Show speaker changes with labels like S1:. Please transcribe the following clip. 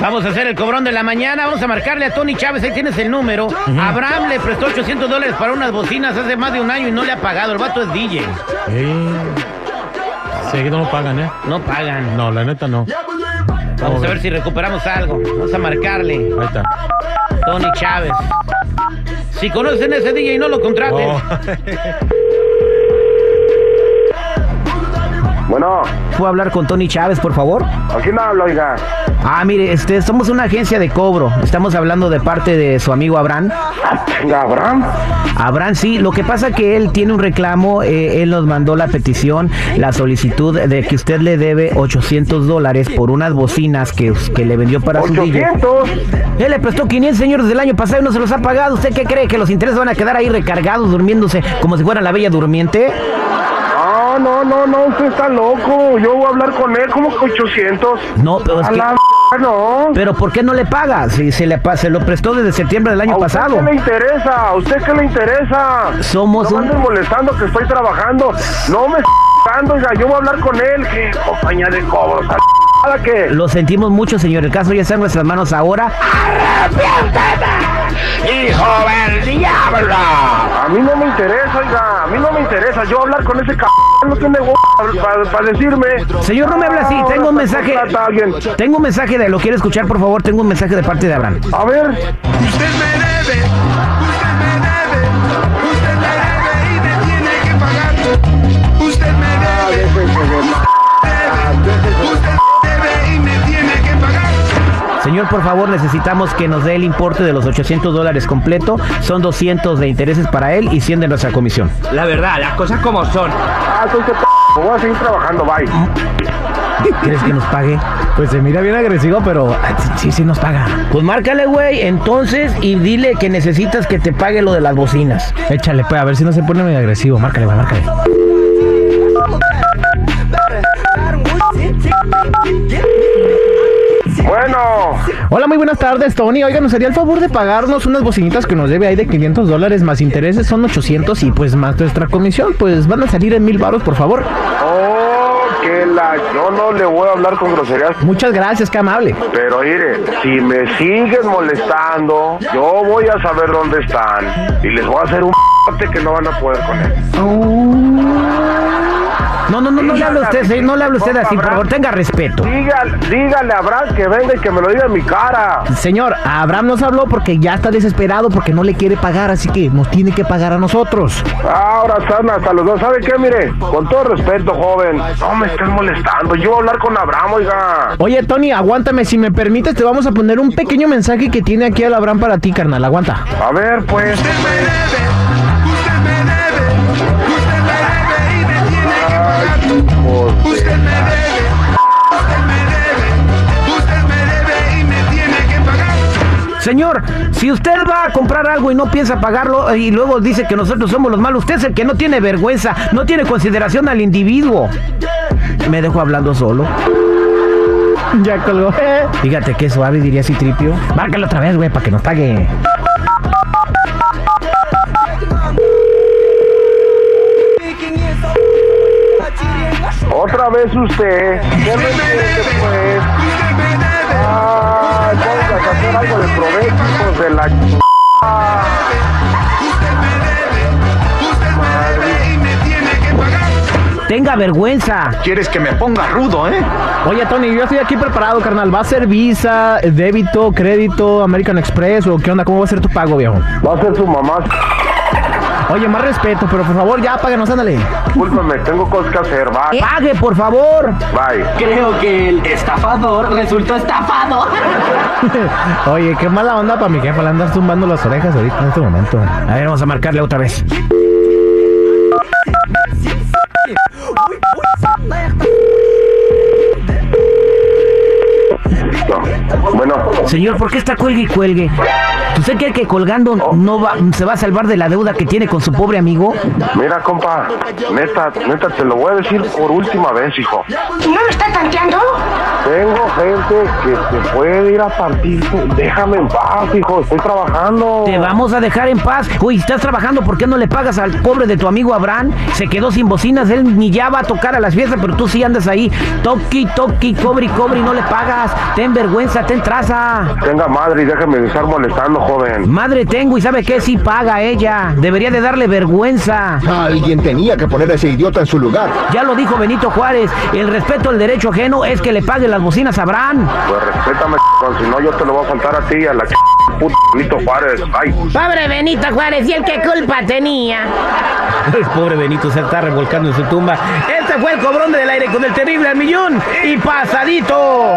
S1: Vamos a hacer el cobrón de la mañana. Vamos a marcarle a Tony Chávez. Ahí tienes el número. Abraham le prestó 800 dólares para unas bocinas hace más de un año y no le ha pagado. El vato es DJ.
S2: Eh, seguido no pagan, ¿eh?
S1: No pagan.
S2: No, la neta no.
S1: Vamos a ver si recuperamos algo. Vamos a marcarle.
S2: Ahí está.
S1: Tony Chávez. Si conocen a ese DJ, no lo contraten.
S2: Oh.
S3: Bueno,
S1: ¿Puedo hablar con Tony Chávez, por favor?
S3: ¿a quién habla, oiga?
S1: Ah, mire, este, somos una agencia de cobro. Estamos hablando de parte de su amigo Abraham.
S3: Chinga, Abraham.
S1: Abraham, sí, lo que pasa que él tiene un reclamo, eh, él nos mandó la petición, la solicitud de que usted le debe 800 dólares por unas bocinas que, que le vendió para su DJ.
S3: 800.
S1: Él le prestó 500 señores del año pasado y no se los ha pagado. ¿Usted qué cree? ¿Que los intereses van a quedar ahí recargados, durmiéndose como si fuera la bella durmiente?
S3: No, Ah, no, no, no, usted está loco. Yo voy a hablar con él como que 800.
S1: No, pero es
S3: A
S1: que...
S3: la m- no.
S1: ¿Pero por qué no le paga? Si se, le, pa- se lo prestó desde septiembre del
S3: ¿A
S1: año
S3: usted
S1: pasado.
S3: qué le interesa? ¿A usted qué le interesa?
S1: Somos
S3: No me
S1: un...
S3: andes molestando que estoy trabajando. No me estés molestando, oiga. Yo voy a hablar con él. Que compañía de cobros, a la chingada que.
S1: Lo sentimos mucho, señor. El caso ya está en nuestras manos ahora.
S3: ¡Hijo del diablo! A mí no me interesa, oiga. A mí no me interesa. Yo hablar con ese cabrón no tiene para decirme.
S1: Señor, no me hable así.
S3: Ah,
S1: Tengo un
S3: ahora está
S1: mensaje.
S3: con plata alguien.
S1: Tengo un mensaje de. ¿Lo quiere escuchar, por favor? Tengo un mensaje de parte de Abraham.
S3: A ver.
S4: Usted me debe, usted me debe, usted me debe y me tiene que pagar. Usted me debe, debe, usted me debe y me tiene que pagar.
S1: Señor, por favor, necesitamos que nos dé el importe de los 800 dólares completo. Son 200 de intereses para él y 100 de nuestra comisión.
S5: La verdad, las cosas como son.
S3: Ah, entonces, p- voy a seguir trabajando, bye.
S1: ¿Quieres que nos pague?
S2: Pues se mira bien agresivo, pero ah, sí, sí nos paga.
S1: Pues márcale, güey, entonces y dile que necesitas que te pague lo de las bocinas.
S2: Échale, pues, a ver si no se pone medio agresivo. Márcale, va, márcale.
S3: Bueno,
S2: Hola, muy buenas tardes, Tony. Oiga, ¿nos haría el favor de pagarnos unas bocinitas que nos debe ahí de 500 dólares más intereses? Son 800 y pues más nuestra comisión. Pues van a salir en mil baros, por favor.
S3: oh, que la. Yo no le voy a hablar con groserías.
S2: Muchas gracias, qué amable.
S3: Pero mire, si me siguen molestando, yo voy a saber dónde están. Y les voy a hacer un parte que no van a poder con él.
S1: No, no, no, no le hable usted, señor, no le hable usted así, por favor, tenga respeto.
S3: Dígale, dígale a Brad que venga y que me lo diga en mi cara.
S2: Señor, Abraham nos habló porque ya está desesperado porque no le quiere pagar, así que nos tiene que pagar a nosotros.
S3: Ahora están hasta los dos. ¿Sabe qué? Mire, con todo respeto, joven. No me estén molestando. Yo voy a hablar con Abraham, oiga.
S2: Oye, Tony, aguántame. Si me permites, te vamos a poner un pequeño mensaje que tiene aquí el Abraham para ti, carnal. Aguanta.
S3: A ver, pues.
S4: Usted me debe, usted me debe, usted me debe y me tiene que pagar. Usted me debe, usted me debe, usted me debe y me tiene que pagar.
S1: Señor, si usted va a comprar algo y no piensa pagarlo eh, y luego dice que nosotros somos los malos, usted es el que no tiene vergüenza, no tiene consideración al individuo. Me dejo hablando solo.
S2: Ya colgó. eh.
S1: Fíjate qué suave, diría Citripio. Márcalo otra vez, güey, para que nos pague.
S3: Otra vez usted. ¿Qué me entiende, pues?
S4: Usted me debe.
S3: Ay, vamos a hacer algo de provecho, hijos de la ch-
S4: Usted me debe, usted me debe y me tiene que pagar.
S1: Tenga vergüenza.
S6: Quieres que me ponga rudo, ¿eh?
S2: Oye, Tony, yo estoy aquí preparado, carnal. ¿Va a ser Visa, débito, crédito, American Express o qué onda? ¿Cómo va a ser tu pago, viejo?
S3: Va a ser su mamá.
S2: Oye, más respeto, pero por favor, ya páganos, ándale.
S3: Discúlpame, tengo cosas que hacer. Bye.
S1: Pague, por favor.
S3: Bye.
S2: Oye, qué mala onda para mi jefa. Le andas tumbando las orejas ahorita en este momento.
S1: A ver, vamos a marcarle otra vez.
S3: No. Bueno,
S1: Señor, ¿por qué está cuelgue y cuelgue? ¿Usted cree que colgando no va, se va a salvar de la deuda que tiene con su pobre amigo?
S3: mira, compa. Neta, neta, te lo voy a decir por última vez, hijo.
S7: ¿No lo está tanteando?
S3: Tengo gente que se puede ir a partir. Déjame en paz, hijo. Estoy trabajando.
S1: Te vamos a dejar en paz. Uy, estás trabajando, ¿por qué no le pagas al pobre de tu amigo Abraham? Se quedó sin bocinas, él ni ya va a tocar a las fiestas, pero tú sí andas ahí. Toqui, toqui, cobre y cobre y no le pagas. Ten vergüenza, ten traza.
S3: Tenga madre y déjeme de estar molestando, joven.
S1: Madre tengo y sabe qué, sí paga ella. Debería de darle vergüenza.
S7: Alguien tenía que poner a ese idiota en su lugar.
S1: Ya lo dijo Benito Juárez, el respeto al derecho ajeno es que le paguen las bocinas a Abraham.
S3: Pues respétame, con si no yo te lo voy a faltar a ti y a la ch... puta Benito Juárez. Ay,
S8: Pobre Benito Juárez, ¿y el qué culpa tenía?
S1: El pobre Benito se está revolcando en su tumba. Este fue el cobrón del aire con el terrible al millón y pasadito.